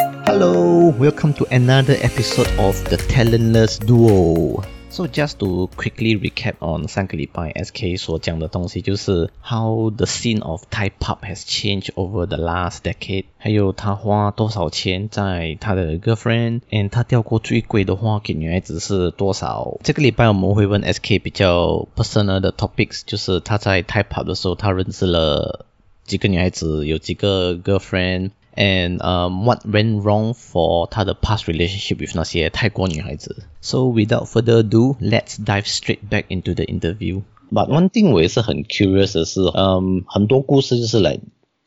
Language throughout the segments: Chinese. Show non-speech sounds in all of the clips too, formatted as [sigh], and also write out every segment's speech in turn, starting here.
Hello, welcome to another episode of the Talentless Duo. So just to quickly recap on 上个礼拜 SK 所讲的东西，就是 how the scene of Thai pop has changed over the last decade，还有他花多少钱在他的 girlfriend，and 他钓过最贵的花给女孩子是多少。这个礼拜我们会问 SK 比较 personal 的 topics，就是他在 Thai pop 的时候，他认识了几个女孩子，有几个 girlfriend。and um, what went wrong for 他的 past relationship with 那些泰国女孩子。So without further ado, let's dive straight back into the interview. But one thing 我也是很 curious 的是，嗯，很多故事就是来，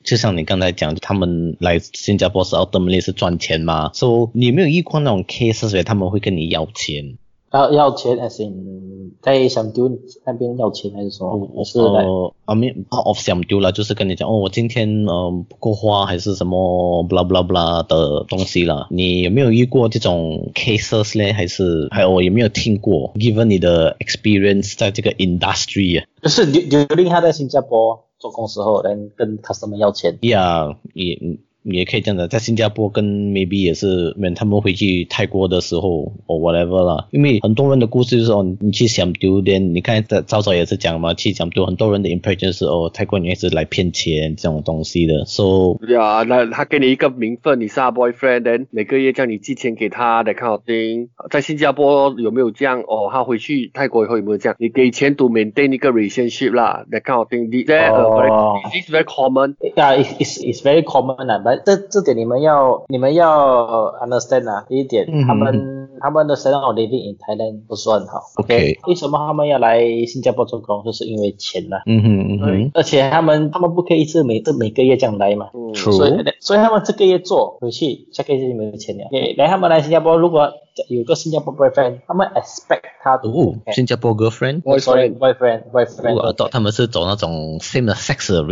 就像你刚才讲，他们来新加坡是 ultimately 是赚钱嘛。So 你有没有遇过那种 case 是他们会跟你要钱？要要钱，as in 在想丢那边要钱还是什么？我哦是来嗯呃，I mean out of 想丢了，就是跟你讲哦，我今天嗯不够花还是什么 blah blah blah 的东西啦。你有没有遇过这种 cases 呢？还是还有我有没有听过？Given 你的 experience 在这个 industry 啊就是刘刘令他在新加坡做工时候，然后跟 customer 要钱， ，Yeah，也也可以这样的，在新加坡跟 maybe 也是，免他们回去泰国的时候，or whatever 啦。因为很多人的故事就是哦，你去想丢点，你看在早早也是讲嘛，去想丢，很多人的 impression 是哦，泰国女孩子来骗钱这种东西的，so 对啊，那他给你一个名分，你是他 boyfriend，then 每个月叫你寄钱给他的 kind of thing。在新加坡有没有这样？哦，他回去泰国以后有没有这样？你给钱 to maintain 一个 relationship 啦，that kind of thing。That、哦 very, this is very common。啊、i s is is very common 啊，反这这点你们要你们要呃 understand 啊，第一点，嗯他们他们的 standard of living in Thailand 不是很好 OK 为什么他们要来新加坡做工，就是因为钱呐、嗯哼嗯哼而且他们他们不可以一直每这每个月这样来嘛，嗯，所以，True，所以他们这个月做回去，下个月就没有钱了。嗯也来他们来新加坡，如果有个新加坡 boyfriend，他们 expect 他的哦哦，新加坡 girlfriend，我 sorry 说 boyfriend 我 boyfriend，到他们是走那种 same sex [laughs]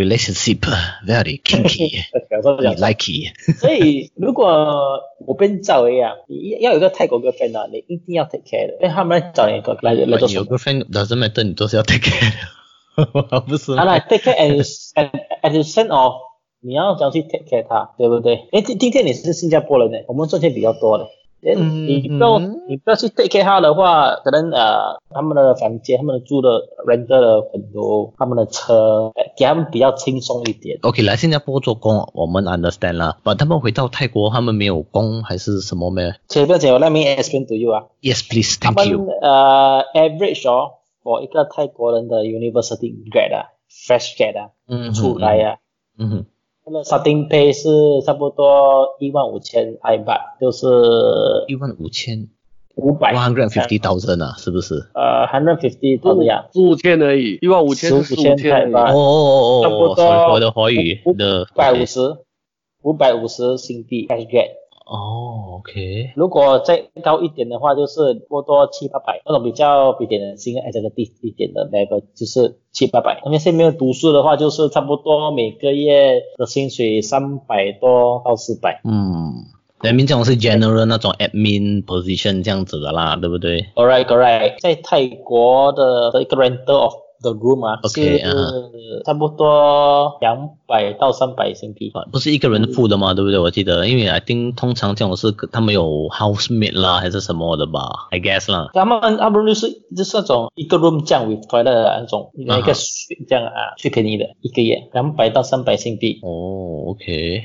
relationship，very [laughs] kinky，讲说讲 likey，所以如果我变赵一样，你要有一个泰国 girlfriend 啊，你一定要 take care 的，因为他们来找你一个来来你做什有么？ girlfriend doesn't matter，你都是要 take [laughs] care，不是他吗来 take care [laughs] and and and the sense of 你要怎样去 take care 他，对不对？哎，今今天你是新加坡人呢，我们赚钱比较多的。诶嗯你不要嗯你不要去 take care 他的话，可能呃他们的房间、他们的住的 rent 的很多、他们的车，诶给他们比较轻松一点。 ？OK，来新加坡做工，我们 understand 啦。把他们回到泰国，他们没有工还是什么咩且不要紧，我 let me explain to you 啊。 ？Yes, please, 他 thank 们 you。呃 average 哦，for 一个泰国人的 university grad 啊，fresh grad 啊，嗯出来呀，啊，嗯哼，他们的 starting pay 是差不多一万五千 i b a 就是一万五千五百，one hundred fifty thousand 啊，是不是？呃 hundred fifty 多五少呀？五千而已，一万五千是15,000千泰而已。哦吧哦哦差不哦多，sorry，我的华语的五百五十，五百五十新币 fresh grad。哦，OK，如果再高一点的话，就是多多七八百，那种比较比点新哎这个低一点的 level 就是七八百。那边现在没有读书的话，就是差不多每个月的薪水三百多到四百。嗯，人民这种是 general 那种 admin position 这样子的啦，对不对 Alright, alright，在泰国的的一个 rental of the room 啊 OK，啊是差不多两百到三百新币。啊不是一个人付的嘛，对不对？我记得，因为 I think 通常这种是他们有 housemate 啦，还是什么的吧，I guess 啦。他们他们就是就是那种一个 room 这样 with toilet 啊那种，一啊哈个 suite 这样啊，最便宜的一个月两百到三百新币。 [laughs] 哦，OK，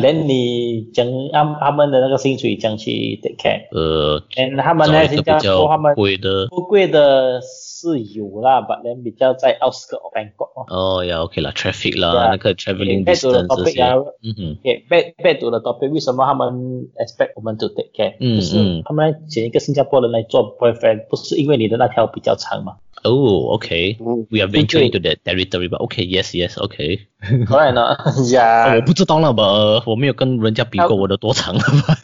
连你讲他他们的那个薪水讲去 take care，呃，嗯，他们找呢一新个加比坡他较们贵的。不贵的是有啦，把人比较在 outskirt of Bangkok 哦。哦呀，OK 啦，traffic 啦啊 Yeah 那个 traveling back to the distance 这 topic 些，啊嗯哼，也 back back to the topic，为什么他们 expect 我们 to take care？嗯就是嗯他们来选一个新加坡人来做 boyfriend，不是因为你的那条比较 [laughs] 长嘛哦，OK，we 嗯， are venturing into that territory 吧，OK，yes，yes，OK。 ？Correct [laughs] 呢？啊呀 [laughs] 我，不知道了吧，呃我没有跟人家比过好我的多啊长了吧。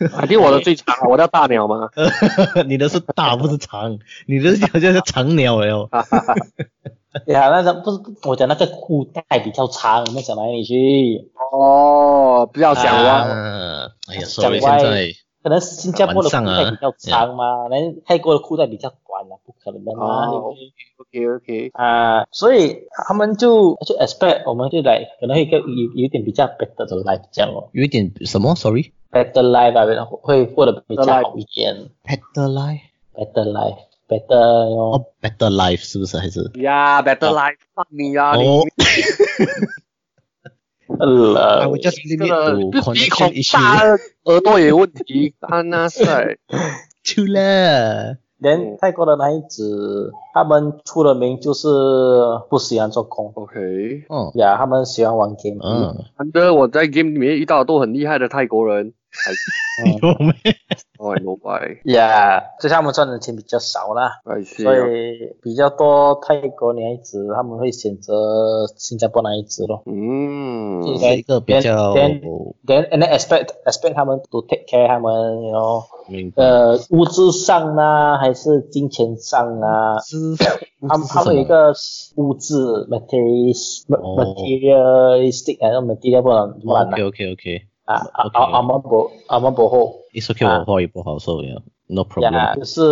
肯定我的最长，啊我的大鸟嘛。 [laughs] 你的是大不是长， [laughs] 你的好像是长鸟了哦。呀，那个不是我讲那个裤带比较长，我们讲哪里去？哦，不要讲了。啊，哎呀讲，sorry，歪现在可能新加坡的裤晚上啊带比较长嘛，那、泰国的裤带比较短班了，不可能的嘛，对不哦对？ ，OK OK，啊、所以他们就就 expect 我们就来可能会有有有点比较 better 的 life 这样哦有一点什么？Sorry， ，better life 啊会会过得比较好一点 better life ，better life better 哦、哦， b e t t e r life 是不是还是？呀，Better Life，放你啊，你哦、i 呃 will just 这 limit 个 to 鼻孔 connection 大 [laughs] issue。了，耳朵也有问题，安娜塞，去了，连泰国的男子他们出了名就是不喜欢做工 [laughs] OK，哦，呀，他们喜欢玩 game，嗯，反正我在 game 里面遇到都很厉害的泰国人，嗯有没？哦，no by，呀，就像他们赚的钱比较少啦。 I see，所以比较多泰国女孩子，他们会选择新加坡男孩子咯。嗯嗯是一个比较 Then- Then and then expect expect 他们 to take care 他们，you know，明白。呃，物质上啊，还是金钱上啊，是，他们他们有一个物质 materialis 哦 materialistic 还是 material 不能不能 OK OK OK，啊啊 OK 啊啊们不啊们不后。 It's OK，啊我华语不好，所以 no problem 呀，。就是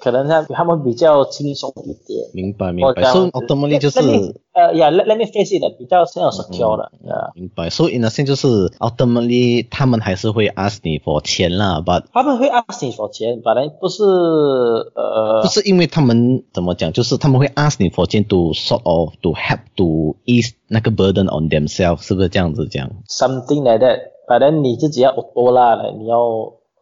可能他他们比较轻松一点，明白明我白，讲所以 ultimately 就是 Let me- 呃呀，let let me face it，比较是要 secure 的，呀。明白，所以呢，现在就是 ultimately 他们还是会 ask 你 for 钱啦，but 他们会 ask 你for 钱，本来不是呃不是因为他们怎么讲，就是他们会 ask 你 for 钱 to sort of to help to ease 那个 burden on themselves，是不是这样子讲？ something like that，反正你自己要多啦，你要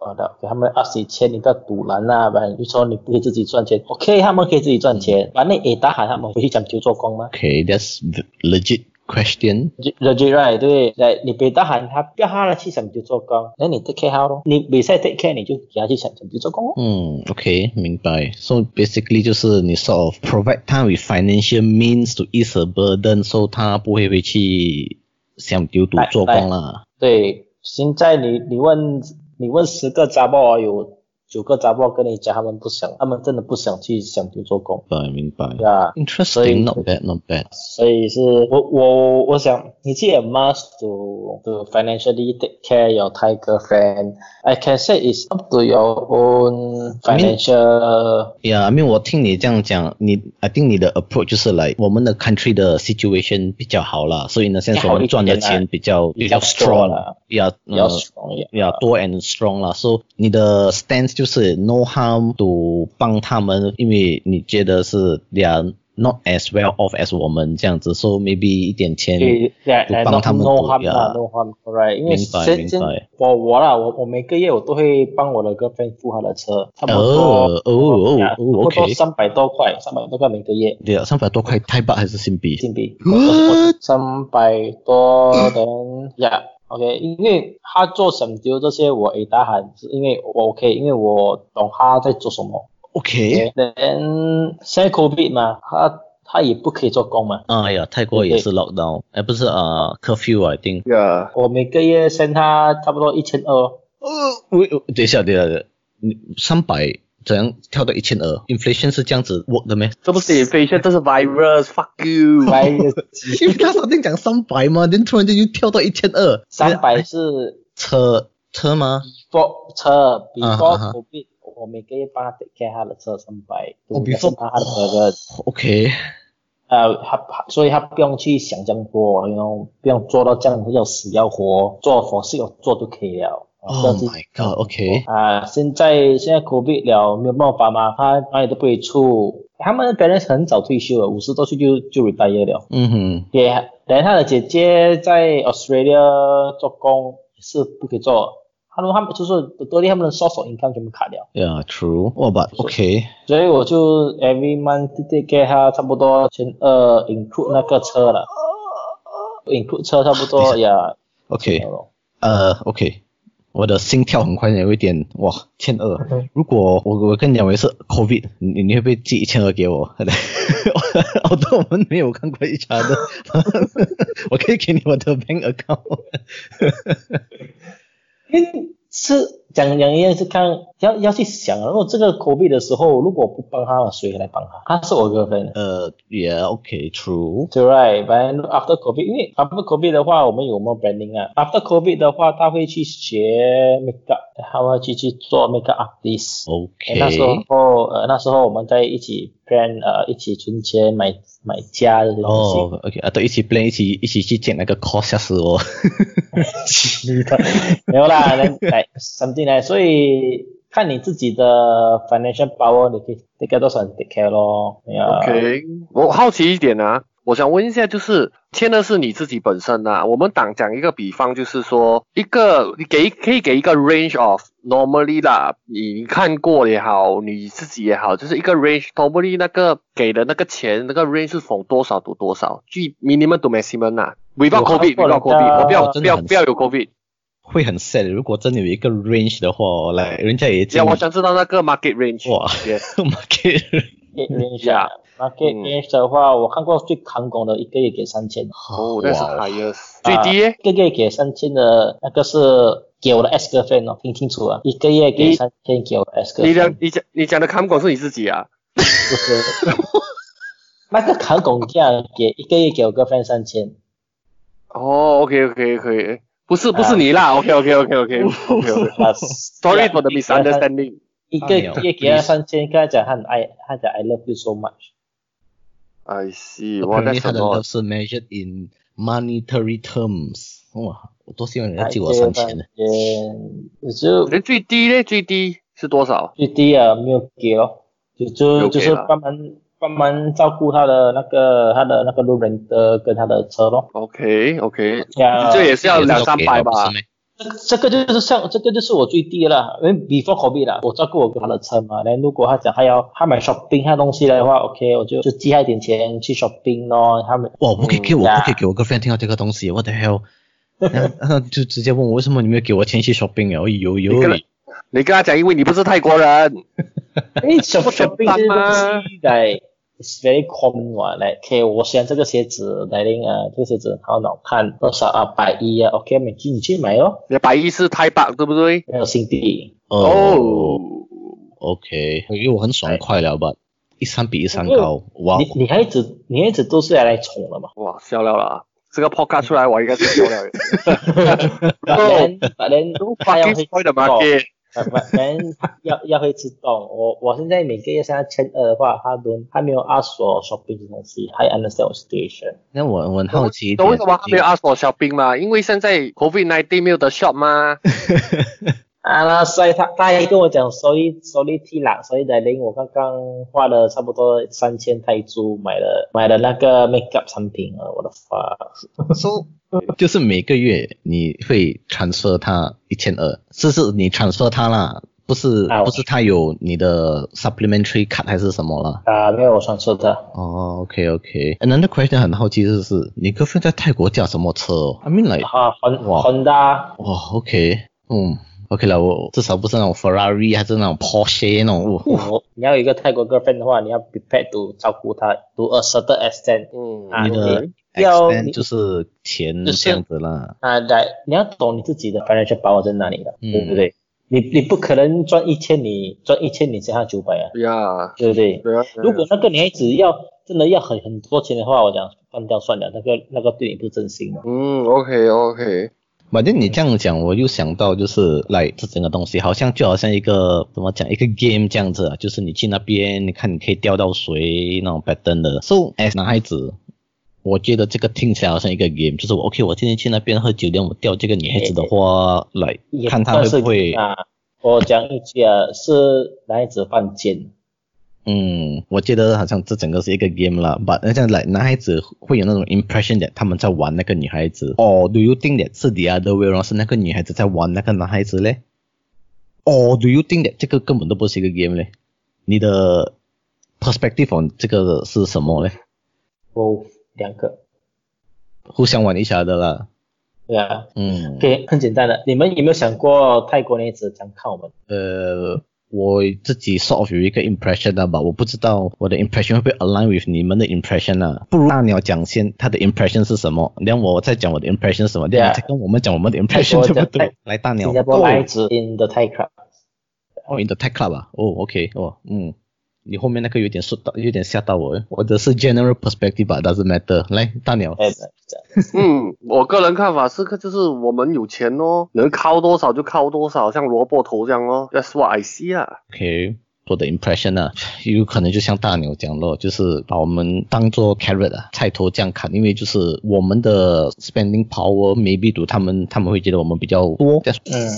呃的给他们 ask 你钱，你不要堵拦啦，反正就说啊你不可以自己赚钱，OK，他们可以自己赚钱，反正也打喊他们回去讲究做工吗？ Okay，that's legit question。 legit right 对，来你别打喊他，不要他去想究做工，那你 take care 他咯，你比赛 take care 你就给他去想想究做工咯。嗯，OK，明白。So basically 就是你 sort of provide 他 with financial means to ease her burden，so 他不会回去想丢赌来做工啦。对，现在你你问你问十个杂报有。九个杂报跟你讲，他们不想，他们真的不想去想去做工，明白，明白。对吧？所以 Interesting, not bad, not bad. 所以是我我我想，你既 a must to to financially take care your Thai girlfriend. I can say it's up to your own I mean- financial. Yeah, I mean 我听你这样讲，你 I think 你的 approach 就是来、我们的 country 的 situation 比较好啦，所以呢，现在我们赚的钱比较啊比较较 strong strong 啦，比较嗯比较 strong 比较多 and strong 啦。So 你的 stance 就是 no harm to 帮他们，因为你觉得是 they are not as well off as 我们这样子，so maybe 一点钱对，来嗯就来帮他们 no 补 harm 呀啦，no harm right？因为明白现明现白我我啦，我我每个月我都会帮我的 girlfriend 付她的车，差不哦多哦哦呀差哦不多，OK，三百多块，三百多块每个月。对啊，三百多块泰镑还是新币？新币，三百多人呀。OK，因为他做什丢这些我也打喊，是因为我 OK，因为我懂他在做什么。 OK，人现在 COVID 嘛，他他也不可以做工嘛。哎呀，泰国也是 lockdown，哎，不是啊、curfew，I think。 ，Yeah，我每个月生他差不多一千二，呃，我等一下，等一下，等一下你三百怎样跳到一千二？Inflation 是这样子 work [laughs] 的咩？这不是 inflation，这是 virus，fuck [laughs] you。哎白 [laughs] 因为他昨天讲三百嘛，然突然间又跳到一千二，三百是车车吗？ before 车啊啊啊，before COVID，我每个月帮他 take care 他的车三百，哦给他 before- 他的 burger， OK，呃，他他所以他不用去想这样多，然后不用做到这样要死要活，做佛事有做就可以了。啊 Oh 不要去 my god，OK 啊，现在现在 COVID 了，没有办法嘛，他哪里都不会出。他们的 parents 很早退休了，五十多岁就就 retire 了。嗯哼，也，然后他的姐姐在 Australia 做工也是不可以做，他们他们就是多利他们的 source of income 全部卡掉， ，Yeah，true，哇，but OK，所以我就 every month 得给他差不多千二 include 那个车了。include 车差不多呀， OK，呃，OK，我的心跳很快，有一点哇，千二。如果我我跟你讲，我也是 COVID，你你会不会寄一千二给我？ [laughs] 我都我们没有看过一家的， [laughs] 我可以给你我的 bank account。因为是讲讲一样是看要要去想啊，如果这个 COVID 的时候，如果不帮他，谁来帮他？他是我 girlfriend。呃，Yeah，OK，True，、对 right，反正 after COVID，因为 after COVID 的话，我们有 more branding 啊。after COVID 的话，他会去学 makeup，他会去去做 makeup artist。 OK，哎那时候呃那时候我们在一起 plan 呃一起存钱买买家的东西。哦，OK，啊，对，一起 plan，一起一起去见那个 call，吓死我！ [laughs] 没有啦，来来 something 来，所以看你自己的 financial power，你可以 take care 多少你 take care 咯。Yeah 啊 OK，我呃好奇一点啊，我想问一下，就是签的是你自己本身啊。我们党讲一个比方，就是说一个你给可以给一个 range of normally 啦，你看过也好，你自己也好，就是一个 range normally 那个给的那个钱那个 range 是从多少到多少，距 minimum to maximum 啊。不要我看 COVID，不过要人 COVID，家我不真要不的要很不要有 COVID。会很 sad。如果真的有一个 range 的话哦，来，人家也只要我想知道那个 market range。哇 Yes market ，market range 啊，market 嗯 range 的话，我看过最看工的一个月给三千，哦，那是哇 highest。最低耶？一个月给三千的那个是给我的 S 哥 friend 哦，听清楚啊，一个月给你三千给我的 S 哥你讲 friend，你讲你讲的看管是你自己啊？不是。那个砍工价给一个月给我个 friend 三千，哦，OK OK 可以，不是不啊是你啦，OK OK OK [laughs] OK OK OK。啊 Sorry for the misunderstanding。一个月给他三千，跟他讲他很爱，他讲 I love you so much。 I see，哇，那 Apparently 他啊什的么 love？是 measured in monetary terms。哇，我多希望人家他借我三千呢。也就人最低嘞，最低是多少？最低啊，没有给咯，就就有给就啦是帮忙帮忙照顾他的那个他的那个路人的跟他的车咯。 OK OK，呀这也是要两三百吧呃也是要给的不是咩这个就是像这个就是我最低的啦，因为 before COVID 啦，我照顾我哥他的车嘛，然后如果他讲他要他买 shopping 他东西的话，OK，我就就寄他一点钱去 shopping 咯，他们哇，不可以给我，嗯不可以给我个 friend 听到这个东西，What the [laughs] hell？然后然后就直接问我为什么你没有给我钱去 shopping 哦，有有你跟他你跟他讲，因为你不是泰国人。因为 shop- 不是 shopping 慢这个吗东西来 is very common 嘛，来，OK，我喜欢这个鞋子，来令啊，这个鞋子好好看，多少啊，百一啊，OK，你去你去买哦，你的白衣是泰巴，对不对？没有新地，哦哦。，OK，因为我很爽快了吧，一山比一山高，哇你女孩子女孩子都是来来宠的嘛，哇，笑了啦！这个 podcast 出来，我应该是 [laughs] 笑了。哦把 [laughs] 人把人都发要哦 Fucking 会 spoil the 哎 market。反反正要要会自动。我我现在每个月现在千二的话，他都他没有 ask 我 shopping 的东西，I understand 我 situation。那我我很好奇一懂点，为什么他没有 ask for shopping 吗？因为现在 COVID 19没有得 shop 吗？ [laughs] 啊，那所以他他还跟我讲，sorry sorry T 啦，sorry darling，我刚刚花了差不多三千泰铢买了买了那个 makeup 产品啊，我的妈！ so 就是每个月你会 transfer 他一千二，是是你 transfer 他啦，不是、啊我不是他有你的 supplementary card 还是什么啦？啊，没有我传说的，哦，OK OK。Another question 很好奇就是，你 girlfriend 在泰国驾什么车哦？I mean like，啊哇，Honda 哇，OK，嗯，OK 了，我至少不是那种 Ferrari 还是那种 Porsche 那种，哇我你要有一个泰国 girlfriend 的话，你要 prepare to 照顾她，to a certain extent。嗯啊你的你要 extend 就是钱就是这样子啦。啊，来，你要懂你自己的 financial power 在哪里的，嗯对不对？你你不可能赚一千，你赚一千你剩下九百啊，呀，对不对？对啊。如果那个女孩子要真的要很很多钱的话，我讲断掉算了，那个那个对你不真心的。嗯，OK OK，反正你这样讲，我又想到就是来这整个东西，好像就好像一个怎么讲，一个 game 这样子啊，就是你去那边，你看你可以钓到谁那种 pattern 的。So as 男孩子，我觉得这个听起来好像一个 game，就是我 OK，我今天去那边喝酒店，我钓这个女孩子的话，来也看她算是会不会，啊？我讲一句啊，是男孩子犯贱，嗯，我觉得好像这整个是一个 game 啦。But 那这样来，男孩子会有那种 impression that 他们在玩那个女孩子。哦，Do you think that 是 the other way around，是那个女孩子在玩那个男孩子嘞？哦，Do you think that 这个根本都不是一个 game 嘞？你的 perspective on 这个是什么嘞？我两个，互相玩一下的啦。对啊。嗯， OK，很简单的，你们有没有想过泰国女孩子想看我们？呃，我自己 sort of 有一个 impression 啊吧，我不知道我的 impression 会不会 align with 你们的 impression 啊。不如大鸟讲先他的 impression 是什么，然后我再讲我的 impression 是什么，然后 Yeah 再跟我们讲我们的 impression 我对讲不对太？来，大鸟新加坡 go 来自 in the Thai club。哦，in the tech club 啊，哦，OK，哦，嗯，你后面那个有点说到，有点吓到我，我的是 general perspective 吧，doesn't matter。来，大鸟，哎，这样 [laughs] 嗯，我个人看法是，就是我们有钱哦，能靠多少就靠多少，像萝卜头这样哦。That's what I see 啊。 OK，我的 impression 啊，有可能就像大牛讲咯，就是把我们当做 carrot 啊，菜头这样砍，因为就是我们的 spending power maybe to 他们他们会觉得我们比较多。That's- 嗯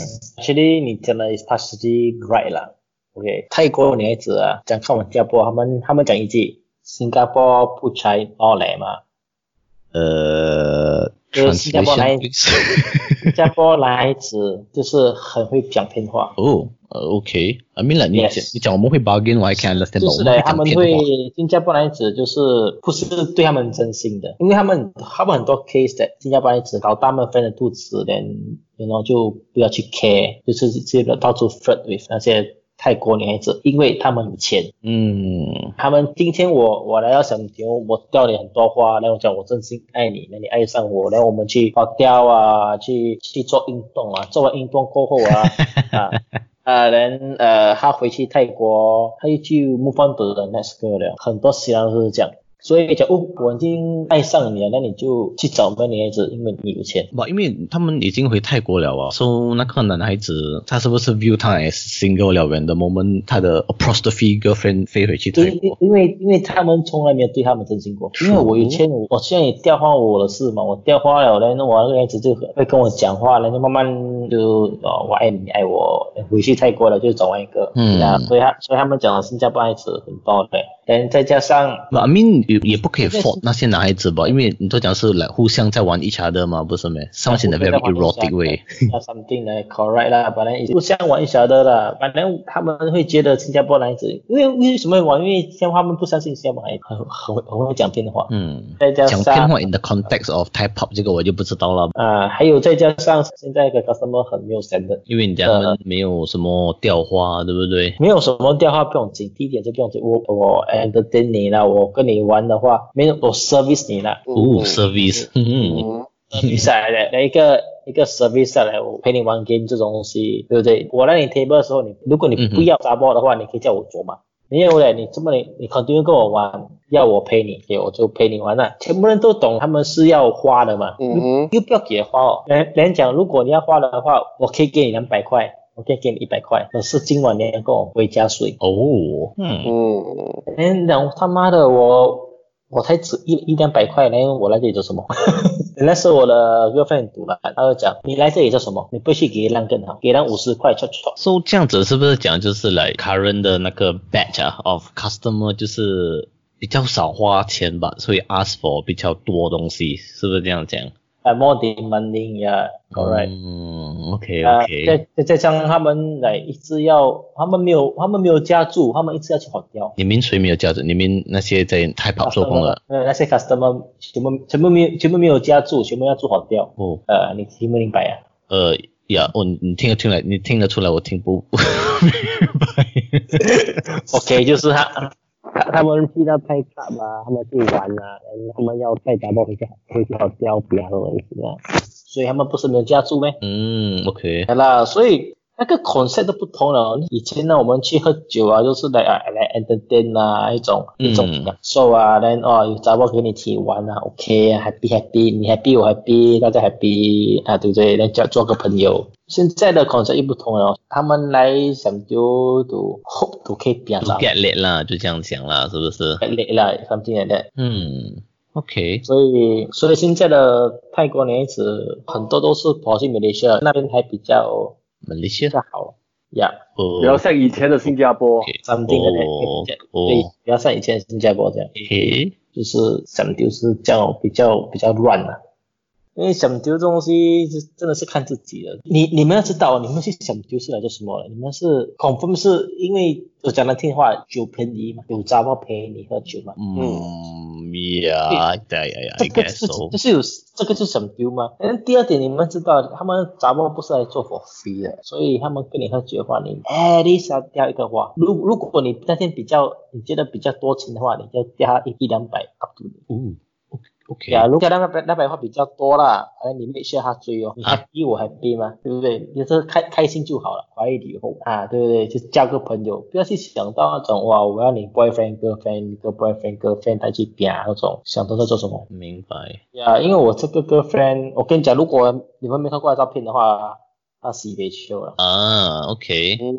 ，actually 你讲的 is partially right 啦。OK，泰国女孩子啊，讲看我们新加坡，他们他们讲一句，新加坡不才 all 来嘛，呃就是新加坡来，translation please。新加坡男孩子就是很会讲骗话 [laughs] 哦、呃 o k 啊，明了，你讲 Yes 你讲我们会 bargain，我还 can understand，就吧是我们呢会，他讲们骗话会新加坡男子就是不是对他们真心的，因为他们他们很多 case 的新加坡男子搞大部分的肚子的，然后就不要去 care，就是这个到处 flirt with 那些泰国女孩子，因为他们有钱。嗯他们今天我我来到小牛，我掉你很多花，然后我讲我真心爱你，那你爱上我，然后我们去跑雕啊，去去做运动啊，做完运动过后啊啊啊，人呃他回去泰国，他又去 move on to the next girl 了，很多西郎都是这样。所以讲哦，我已经爱上你了，那你就去找那女孩子，因为你有钱。不，因为他们已经回泰国了啊，所以那个男孩子他是不是 view 他 as single 了？When the moment 他的 apostrophe girlfriend 飞回去因泰因国，因为因为他们从来没有对他们真心过，因为我以前我我现在也掉花我的事嘛，我掉花了，然后我那个孩子就会跟我讲话，然后慢慢就哦我爱你爱我，回去泰国了就找外一个，嗯啊，所以他所以他们讲的新加坡孩子很多的，然后再加上不，I mean 也也不可以但是 fault 那些男孩子吧，因为你都讲是来互相在玩 each other 嘛，不是咩？Sounds in a very erotic way。那 something 呢，correct 啦，本来也不像玩一小的啦，反正他们会觉得新加坡男子，因为为什么会玩？因为像他们不相信新加坡男子很很会很会讲骗话，嗯，再加讲上骗话 in the context of Thai pop 这个我就不知道了，啊，还有再加上现在的 customer 很没有 standard，因为人家们没有什么掉花，对不对？没有什么电话不用紧，第一点就不用紧，我我 entertain 你啦，我跟你玩的话，没有我 service 你啦哦，service，嗯，嗯， ，service 来来来一个一个 service 下来，我陪你玩 game 这种东西，对不对？我来你 table 的时候，你如果你嗯哼不要砸包的话，你可以叫我做嘛。没有嘞，你这么你你 continue 跟我玩，要我陪你，给我就陪你玩了。全部人都懂，他们是要花的嘛。嗯哼，又不要给花哦。人人讲，如果你要花的话，我可以给你两百块，我可以给你一百块，可是今晚你要跟我回家睡。哦，嗯，嗯，人讲他妈的我。我才只一一两百块，然后我来这里做什么？ [laughs] 那时候我的 girlfriend 很毒了，他就讲你来这里做什么？你不去给浪更好，给浪五十块，去去去。 So 这样子是不是讲就是来 current 的那个 batch 啊 of customer 就是比较少花钱吧，所以 ask for 比较多东西，是不是这样讲 i uh， more demanding yeah，correct。嗯，OK 呃 OK，、再再再加上他们来一直要，他们没有，他们没有家住，他们一直要去跑掉。你们谁没有价值？你们那些在 Thai pop 做工的，呃，那些 customer 全部全部没有全部没有加注，全部要做好掉。哦，呃，你听不明白啊？呃呀，哦，你你听得出来，你听得出来，我听不 [laughs] 明白。 OK，就是他他他们去那拍 club 啊，他们去玩啊，然后他们要带打包回家，回去好掉不要东西啊。所以他们不是没有加注咩？嗯，OK， [laughs] 对啦，所以那个 concept 都不同了。以前呢，我们去喝酒啊，就是来啊来 entertain 啊，一种嗯一种享受啊，然后哦有杂包给你一起玩啊，OK 啊，happy happy，你 happy 我 happy，大家 happy 啊，对不对？来交做个朋友。现在的 concept 又不同了，他们来想就都 hope 都可以表就达 get lit 啦，就这样讲啦，是不是？ get lit 啦，something like that。嗯，OK，所以，所以现在的泰国女孩子很多都是跑去马来西亚那边还比较马来西比亚，较好呀。哦不要像以前的新加坡。 ，OK， something 的哦 package，对哦，不要像以前新加坡这样， ，OK。就是讲就是这样比较比较乱了、因为想丢东西是真的是看自己的。你你们要知道，你们去想丢是来做什么的？你们是 confirm 是因为我讲难听话，酒便宜嘛，有杂货陪你喝酒嘛。嗯，Yeah, yeah, yeah, 这 I 个 guess 就是 [laughs] so. 就是有这个就是想丢嘛。嗯，第二点你们知道，他们杂货不是来做 for free 的，所以他们跟你喝酒的话，你哎，你想掉一个花。如如果你那天比较你觉得比较多情的话，你就掉一一两百 up to 你。哦，OK，呀，如果那百那百话比较多啦，哎，你没需要他追哦，你啊 happy 我 happy 嘛，对不对？你是开开心就好了，怀疑以后啊，对不对？就交个朋友，不要去想到那种哇，我要你 boyfriend girlfriend 个 boyfriend girlfriend 带去嗲那种，想到在做什么？明白。呀，因为我这个 girlfriend，我跟你讲，如果你们没看过她照片的话，她死北秋了，啊，OK，嗯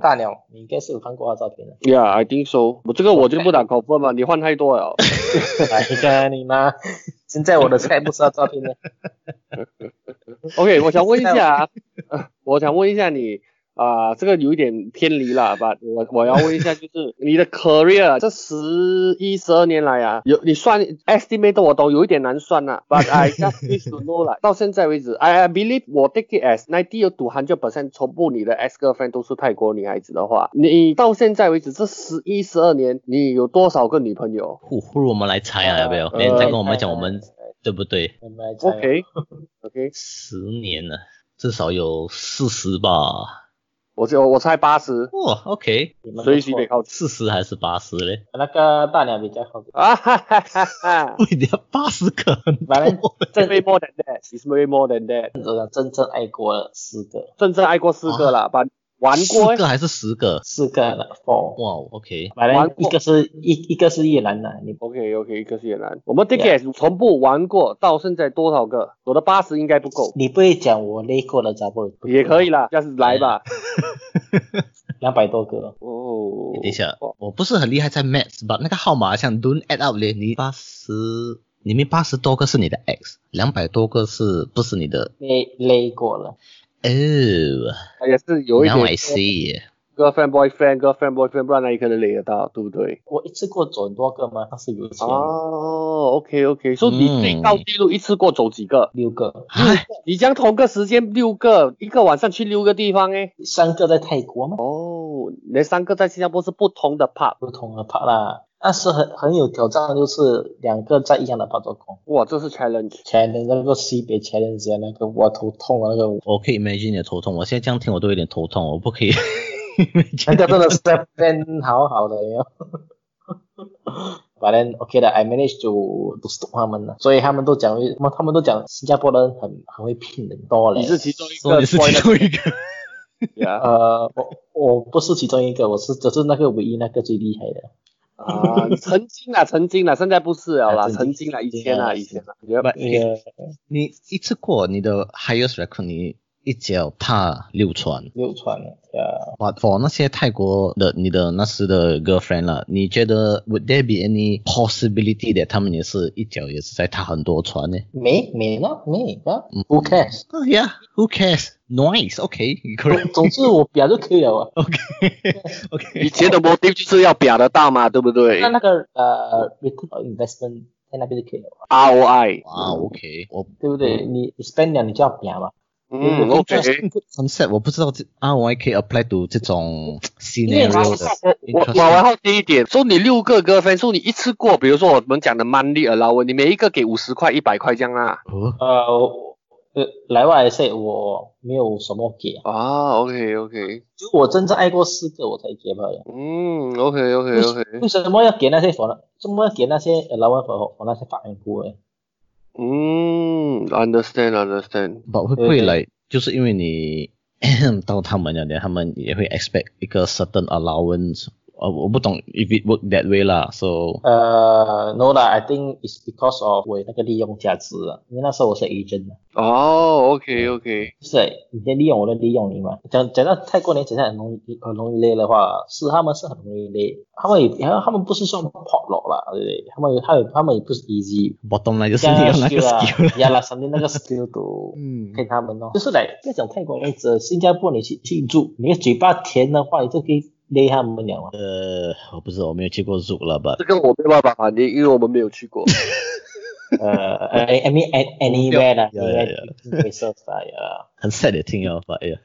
大鸟，你应该是有看过她照片的， ，Yeah, I think so。我这个我就不打 confirm 嘛，你换太多了。哎呀，你妈！现在我的菜不是她照片 [laughs] 呢， [laughs] OK，我想问一下，呃 [laughs] 我想问一下你啊、这个有一点偏离了吧？我我要问一下，就是你的 career 啊这十一十二年来啊，有你算 estimate 我都有一点难算了、b u t I just wish to know 啦。 [laughs] 到现在为止，I I believe 我 take it as ninety to hundred percent 全部你的 ex girlfriend 都是泰国女孩子的话，你到现在为止这十一十二年，你有多少个女朋友不不如我们来猜啊，要不要？呃你再跟我们讲我们哎哎对不对？哎我们来猜吧？OK OK，十年了，至少有四十吧。我就我猜八十，哇，OK，你们不错随时 [laughs] 得靠四十还是八十嘞？ [laughs] 那个大鸟比较好，啊哈哈哈哈。喂，你要八十个很反正多真 way more than that. It's way more than that. 我讲真正爱过了四个，真正爱过四个啦，把玩过啊四哎个还是十个？四个了 four，哇，OK，反玩正过一个是一一个是越南的，你不 OK OK，一个是越南。我们 Tickets 全部玩过，到现在多少个？我的八十应该不够，你不会讲我勒过了，咋不也可以啦，下次来吧。两百多个，哦，等一下，我不是很厉害在 maths，把那个号码像 don't add up 嘞，你八十里面八十多个是你的 x，两百多个是不是你的？勒勒过了，哦、也是有一 n o w 点 I see。 girlfriend boyfriend girlfriend boyfriend，不然哪里可能累得到，对不对？我一次过走很多个吗？那是有钱哦，OK 嗯 OK，所以你最高记录一次过走几个？六个，哎，你将同个时间六个，一个晚上去六个地方诶。三个在泰国吗？哦，那三个在新加坡是不同的 pub。不同的 part 啦，但是很很有挑战，就是两个在一样的 part 做工。哇，这是 challenge。前年那个西北前年节那个我头痛啊，那个我可以 imagine 你的头痛，我现在这样听我都有点头痛，我不 [laughs] 可以那 imagine。个真的是在变好好的哟。 [laughs] 反正 OK 的，I managed to to stop 他们了，所以他们都讲，他们他们都讲新加坡人很很会骗人多嘞。你是其中一所以个你是其中一个。呀呃，我我不是其中一个，我是只是那个唯一那个最厉害的。 [laughs] 啊，曾经啦，曾经啦，现在不是了啦，啊曾曾经经啦，以前啦，以曾经前啦，啊觉得 But- 你一次过你的 highest record，你一脚踏六船。六川的，呃，哇，for 那些泰国的你的那时的 girlfriend 啦，你觉得 would there be any possibility that 他们也是一脚也是在踏很多船呢？没没呢没啊，Who 嗯 cares？哦 Oh, yeah, who cares? Nice, [laughs] OK, [laughs] correct, 总之我表就可以了啊。 OK, 以 OK. 前的 motive 就是要表得到嘛，对不对那那个呃，return on investment 在那边就可以了啊， ？ROI，哇，OK，我对不对？你你 spend 了你就要表嘛。嗯我，OK， concept 我不知道这 ROI 可以 apply to 这种因为我 scenario 的。我我 Interesting 还好奇一点，说你六个 girlfriend，说你一次过，比如说我们讲的 monthly allowance，你每一个给五十块、一百块这样啊啦。哦，呃，我呃，来外是我没有什么给啊，啊，OK OK，就我真正爱过四个我才给罢了。嗯，OK OK 为 OK，为什么要给那些佛？怎么要给那些老外佛和那些法院顾问？嗯，understand understand，不会不会来，就是因为你 [coughs] 到他们了，他们也会 expect 一个 certain allowance。呃，我不懂 if it work that way 啦，so 呃，no 啦，I think it's because of 我那个利用价值啊，因为那时候我是 agent 嘛，哦，OK OK，就是你先利用我的利用你嘛。讲讲到泰国人讲很容易很容易累的话，是他们是很容易累，他们也他们不是算 potluck 啦，对不对？他们他们他们也不是 easy， bottom line 就是加你那要个那个 skill 啦 skill 啦。， [laughs] 加了上面那个 skill 都。嗯骗他们哦，就是来不要讲泰国人，只新加坡你去去住，你的嘴巴甜的话，你就可以勒他们了 [laughs] 啊。呃，我不知道，我没有去过 Zook 了吧这？个我没办法反应，因为我们没有去过。 uh, I, I mean, a- [laughs] anywhere lah, Yeah, anywhere yeah, yeah. places lah, yeah. 很 sad 的听哦，but yeah，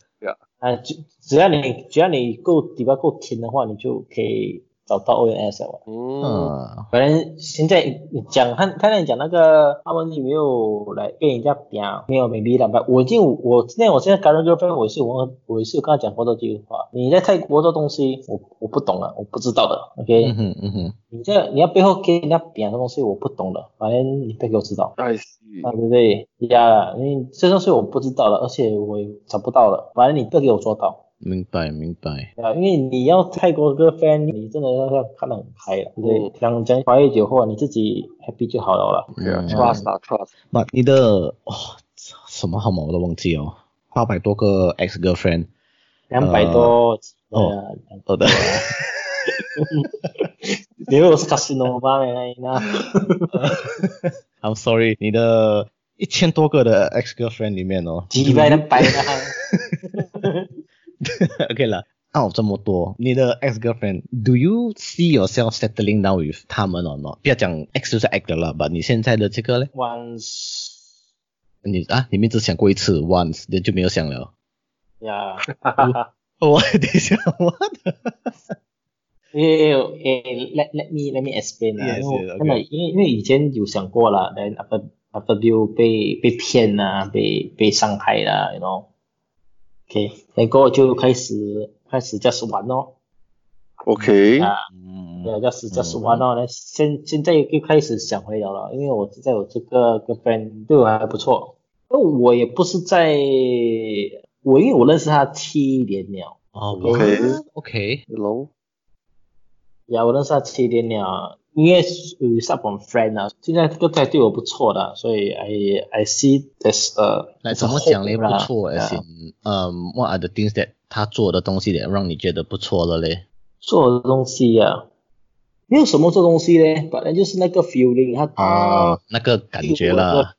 啊，只只要你只要你够底巴够甜的话，你就可以找到 ONS 了嘛。嗯，嗯，反正现在你讲，看看到你讲那个，他们有没有来跟人家比啊？没有，maybe 两百。我已经我现在我现在 current girlfriend，我是我我是有跟他讲过这句话，你在泰国做东西，我我不懂了，啊我不知道的，OK？、嗯哼嗯哼，你这你要背后给人家比啊，这东西我不懂的，反正你别给我知道。 I see 啊，对不对？呀，因为这东西我不知道了，而且我也找不到了。反正你不要给我做到明白明白，啊，因为你要泰国歌 fan，你真的要要看得很开了，对不对？讲讲华语酒后，你自己 happy 就好了啦。嗯 Yeah，trust 啦，trust。那你的哦什么号码我都忘记哦，八百多个 ex girlfriend，两百多，呃，我的， [laughs] 因为我是 casino 吧，那那 I'm sorry，你的一千多个的 ex girlfriend 里面哦，几百两百的， [laughs] OK 了。哦，这么多，你的 ex girlfriend，do you see yourself settling down with 他们 or not？不要讲 ex 就是 ex 的了吧？你现在的这个嘞， once 你啊，你们只想过一次 once，你就没有想了。哦呀，我等一下，我诶诶，let let me let me explain 啊， Yes, 因为 yes, 我真的因为因为以前有想过啦，但 after after view 被被骗啊，被被伤害啦，you know，OK，、然后就开始开始 just 玩咯， OK，啊，嗯对，just just 玩咯，那现现在又开始想回聊了，因为我现在我这个 girlfriend 对我还不错，那我也不是在我因为我认识他七年了。哦 OK OK，龙，呀，我认识他七年了，因为属于 sub on friend 啊，现在这个态对我不错的，所以 I I see this 呃、来怎么讲嘞？不错，而且 yeah.，嗯，what are the things that 他做的东西得让你觉得不错了嘞？做的东西呀、啊，没有什么做东西嘞，反正就是那个 feeling，他他哦，那个感觉啊我的啦，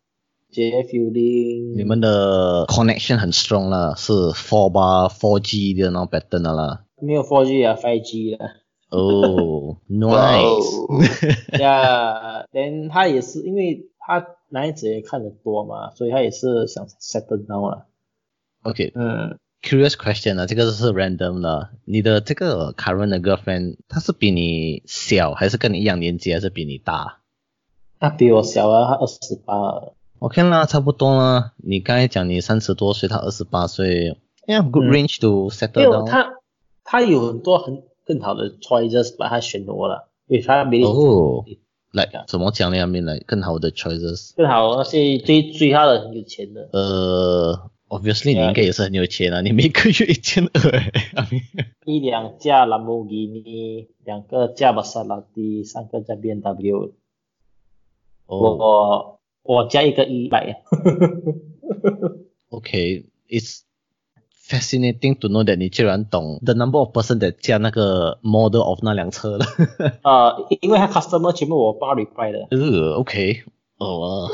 觉 feeling，你们的 connection 很 strong 啦，是 four bar four G 的那种 pattern 的啦。没有 4G 啊，5G 啊。 [laughs] 哦哇哦，nice，呀，连他也是，因为他男孩子也看得多嘛，所以他也是想 settle down 了。 OK，嗯， curious question 啊，这个是 random 了。你的这个 current 的 girlfriend，她是比你小，还是跟你一样年纪，还是比你大他比我小啊，他二十八。 ？OK 啦，差不多啦。你刚才讲你三十多岁，她二十八岁，Yeah，good 嗯 range to settle 没有 down。他，他有很多很更好的 choices 把他选我了，因为他没哦来对啊，怎么讲呢？I mean，来更好的 choices。更好那些追追他的很有钱的，呃，obviously 你对啊应该也是很有钱啊，你每个月一千二。I [laughs] mean，一两架兰博基尼，两个架玛莎拉蒂，三个架 B M W，哦我我加一个一百， [laughs] ，OK，it's fascinating to know that 你居然懂 the number of person that 加那个 model of 那辆车了。 [laughs] 呃，因为他 customer 全部我包 reply 的，呃，OK，哦、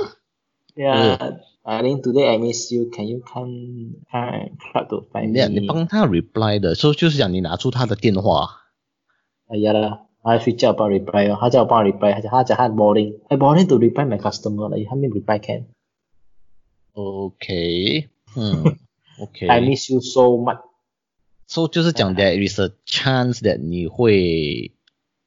对啊。I Ừ. think today I miss you. Can you come come club to 啊 find 你 me? 你帮他 reply 的，所以就是讲你拿出他的电话。哎呀啦，他睡觉帮 reply 哦，他叫我帮 reply，他讲他讲他 morning，哎 morning to reply my customer 了，他没 reply can。 OK，嗯 [laughs] ，OK， I miss you so much。 so 就是讲 there is a chance that 你会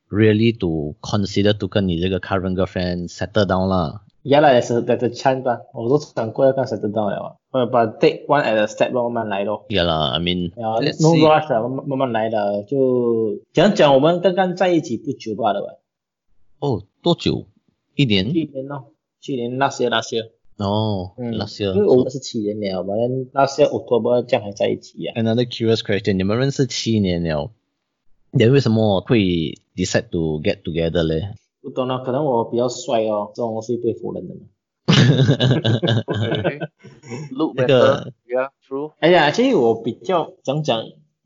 really to consider to 跟你这个 current girlfriend settle down 啦。原来是在这签吧，我都想过要干才知道了啊。我把 take one at a step 咯慢慢来咯。 Yeah 啦，I mean，然后 let's no see rush 啊，慢慢慢慢来的。就讲讲我们刚刚在一起不久吧了吧？哦，Oh, 多久？一年？去年咯，去年那些那些，哦、嗯 l a s t 因为我 year 们。是七年了，反正那些 October 这样还在一起呀、啊。 Another curious question，你们认识七年了，你为什么会 decide to get together 嘞？不懂了，可能我比较帅哦，这种东西不会唬人的嘛。 ，look 那个 better，yeah，true。哎呀，其实我比较讲讲，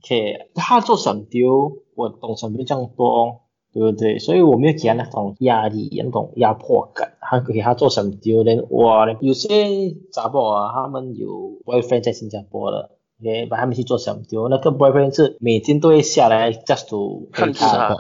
k 他做闪丢，我懂闪丢这样多哦，对不对？所以我没有给他那种压力，那种压迫感。他给他做闪丢的，哇，有些杂宝啊，他们有 boyfriend 在新加坡的。也把他们去做闪丢，那个 boyfriend 是每天都会下来 just to [laughs] 看陪着他，他 support 啊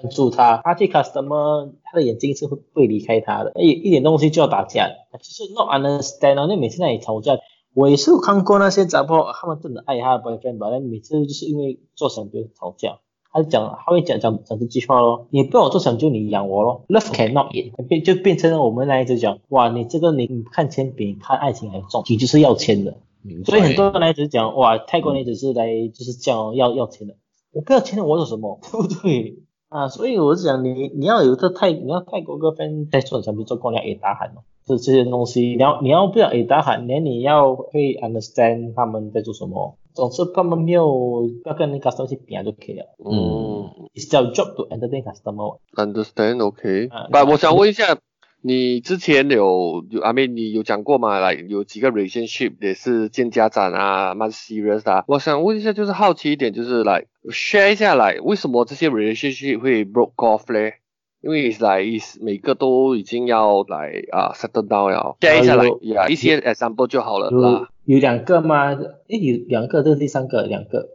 看住他，他对 customer 他的眼睛是会不会离开他的，一一点东西就要打架，就是 not understand 哦，那每次那里吵架。我也是有看过那些杂货，他们真的爱他的 boyfriend 吧，但每次就是因为做成就吵架。他就讲，他会讲讲讲这句话咯，你不要我做成就，你养我咯。Love cannot eat，变就变成了我们那一直讲，哇，你这个你你看钱比看爱情还重，你就是要钱的。明白所以很多男孩子讲，哇，泰国男孩子是来就是这样哦要要钱的，我不要钱的，我有什么，对不对？ [laughs] 啊，所以我是讲你你要有这泰你要泰国歌分在做产品做光良也打喊哦，这这些东西，你要你要不要也打喊，连你要会 understand 他们在做什么，总之他们没有不要跟那 customer 去比啊就可以了。嗯，It's your job to entertain customer。 ，understand OK 啊。但我想问一下，你之前有有阿妹，你有讲过嘛？来有几个 relationship 也是见家长啊，蛮 serious 的啊。我想问一下，就是好奇一点，就是来 share 一下来，为什么这些 relationship 会 broke off 嘞？因为 it's like is 每个都已经要来啊 settle down 了，share 一下来有呀，一些 example 就好了有啦。有两个吗？诶，有两个，这是第三个，两个。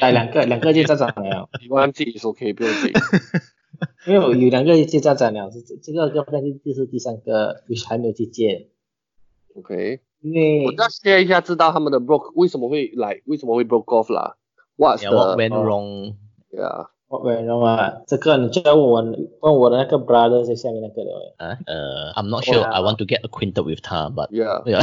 哎，两个，两个就家长了，你忘记 is OK，不用 [laughs] 紧。因为有有两个就家长了，这这个要不然就是第三个，就是还没有去见， OK。因为我再 share 一下，知道他们的 broke 为什么会来，为什么会 broke off 啦？What's Yeah, what the went wrong？ yeah？我本人啊，这个你就要问我问我的那个 brother 在下面那个了诶，啊呃，I'm Oh not sure. I want to get acquainted with 他，but Yeah， yeah.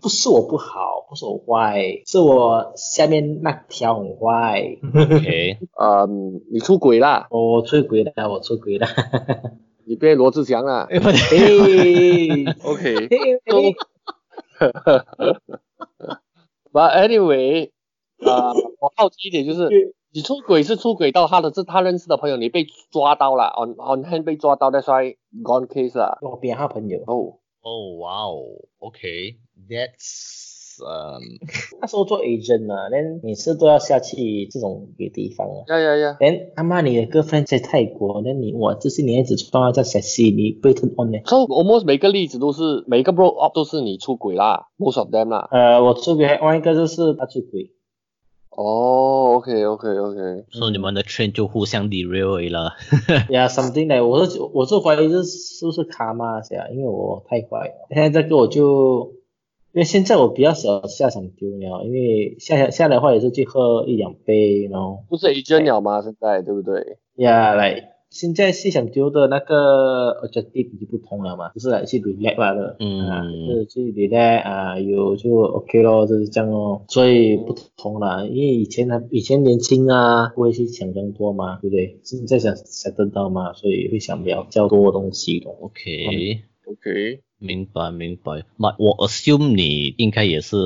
不是我不好，不是我坏，是我下面那条很坏， [laughs] OK，嗯，你出轨啦，我出轨了，我出轨了，你变罗志祥啦。哎不对，嘿， OK，but 嘿嘿 anyway，啊，我好奇一点就是，你出轨是出轨到他的，是他认识的朋友，你被抓到了，on on hand 被抓到，that's why gone case 啦。我变他朋友。哦，哦哇哦，OK，that's 嗯那时候做 agent 嘛，连每次都要下去这种鬼地方啊。呀呀呀，连阿妈你的 girlfriend 在泰国，那你哇，这些女孩子穿到在陕西，你不会 turn on 呢？ so almost 每个例子都是每个 broke up 都是你出轨啦，most of them 啦。呃，我出轨，另外一个就是他出轨， [laughs] 哦，OK OK OK。 [laughs] 所以你们的 train 就互相 derail 而已了。呀、yeah,，something 来，我是我是怀疑这是不是卡玛呀，因为我太坏了。现在这个我就，因为现在我比较少下场丢了，因为下下下来的话也是去喝一两杯，然后不是 agent 了吗？现在对不对？呀，来，现在是想丢的那个 objective 就不同了嘛，就是来去 relax 罢了，嗯啊，就是去 relax 啊，有就 OK 咯，就是这样哦，所以不同了，因为以前还以前年轻啊，不会去想这么多嘛，对不对？现在想想得到嘛，所以会想比较较多东西咯。 OK， OK， [laughs] 明白明白。那我 assume 你应该也是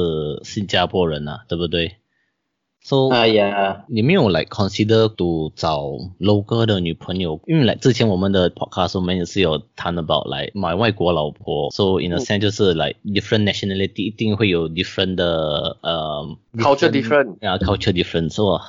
新加坡人啊，对不对？So 哎呀，你没有来 consider 读找 local 的女朋友，因为来之前我们的 podcast 我们也是有谈 about 来买外国老婆，so in a sense 就是来 different nationality 一定会有 different 的呃 Culture different 啊 culture difference 哇，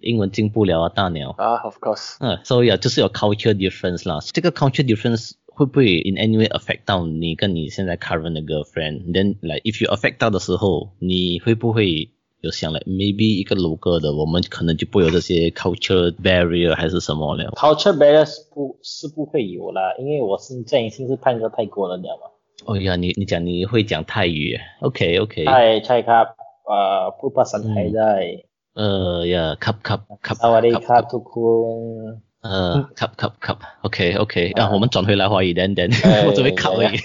英文进步了啊大鸟，啊、o f course，嗯，所以啊就是有 culture difference 啦，这个 culture difference 会不会 in any way affect 到你跟你现在 current 的 girlfriend？Then like if you affect 到的时候，你会不会有想 like maybe 一个 local 的，我们可能就不会有这些 culture barrier 还是什么了？ culture balance 不是不会有啦，因为我现在已经是判个泰国人了嘛。哦呀，你你讲你会讲泰语，OK OK， ใช่ใช่ครับเอ่อพูดภาษาไทยได้ 呃呀，cup cup สวัสดีครับ cup， ทุกคน 呃，cup cup cup，OK OK，啊，我哎们转回来华语，then then，我 [laughs] 准备 cup 而已。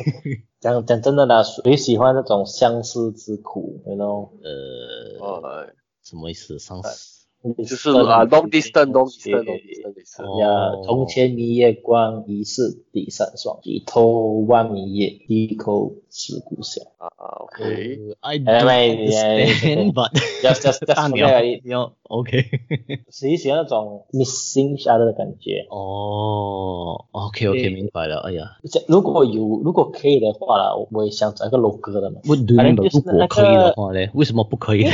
讲讲真的啦，谁喜欢那种相思之苦？You know，呃，呃，什么意思？上次。就是啊，long distance，long distance，long 呀 distance，long distance，哦 Yeah，铜钱明月光，疑是地上霜。举头望明月，低头思故乡。啊，OK， Uh, I don't Eh, wait, yeah, understand, yeah. but [laughs] Just just just 大 for 鸟 that，要 OK 谁喜欢那种 missing each other 的感觉？哦，OK OK 对明白了。哎呀这如果有，如果可以的话啦，我我也想找一个 local 的嘛。 ，What do you 反正 mean by 就是如果那个可以的话呢？为什么不可以呢？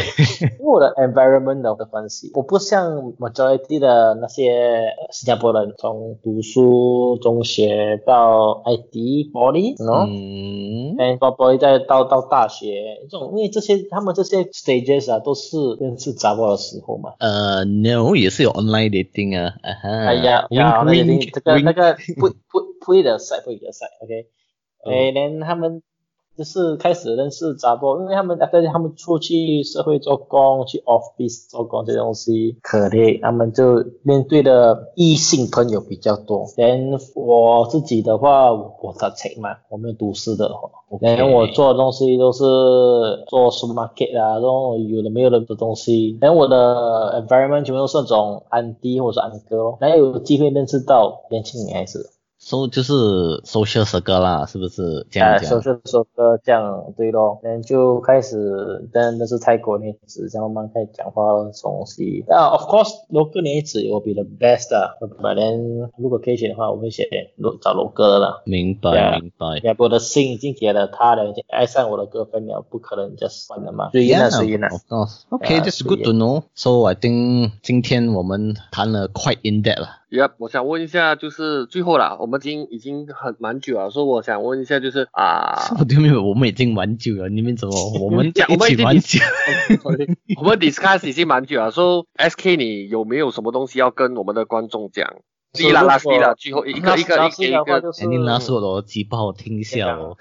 因为我的 environment 的关系，我不像 majority 的那些新加坡人，从读书、中学到 IT、b o d y 然后嗯，and probably 再到到大学这种，因为这些他们这些 stages 啊，都是认识杂货的时候嘛。呃，no，也是有 online dating 啊，啊哈，哎呀呀，那 wink 一定 wink 这个 wink 那个不不不会的赛，不会的赛，OK。哎，嗯连他们就是开始认识杂波，因为他们 after 他们出去社会做工，去 office 做工这些东西，可能他们就面对的异性朋友比较多。连我自己的话，我在请嘛，我没有读书的话， OK 连我做的东西都是做 supermarket 啊，这种有的没有的的东西。连我的 environment 全部都是那种安迪或者是安哥咯，哪有机会认识到年轻女孩子？ so 就是 social circle 啦，是不是这样哎，讲说？是说歌这样对咯，然后就开始，但那是泰国女子，这样慢慢开始讲话咯，这种东西。那 of course，罗哥女子我比 the best 啊，本来如果可以选的话，我会选罗找罗哥的啦。明白 Yeah 明白。要不我的心已经给了他了，已经爱上我的哥分了，不可能就算了嘛。对呀， Yeah, 对呀。啊 of course. 啊 Okay, Yeah, that's so good to know. So I think 今天我们谈了 quite in depth 了。 Yep，我想问一下，就是最后啦，我们已经已经很蛮久了，所以我想问一下，就是啊，我对面我们已经玩久了，你们怎么我们讲我们一起已经玩 [laughs] 久？我们 discuss 已经蛮久了，说 SK 你有没有什么东西要跟我们的观众讲？所以一啦如啦，果一啦，最后一个一个一个一的话个，就是哎你那时候我击爆我听一这下样哦。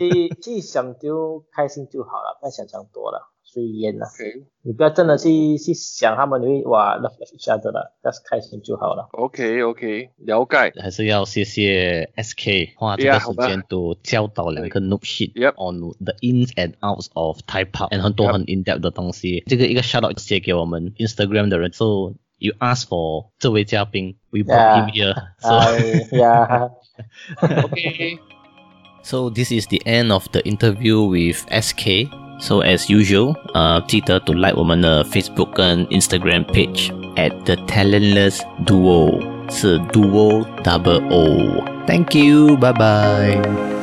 你自己想丢开心就好了，不要想想多了，随烟了。 OK 你不要真的去去想他们会哇 love each other 了，just 开心就好了。 OK OK，了解。还是要谢谢 SK 花这个 Yeah，时好吧间都教导两个 noob shit Yep on the ins and outs of Thai pub and 很多 Yep 很 in depth 的东西。这个一个 shout out 写给我们 Instagram 的人，so you ask for 这位嘉宾，we brought him 啊 here，so 哎呀， OK， So this is the end of the interview with SK. So as usual，呃，记得 to like 我们的 Facebook 跟 Instagram page at the Talentless Duo，是 Duo Double O。Thank you，拜拜。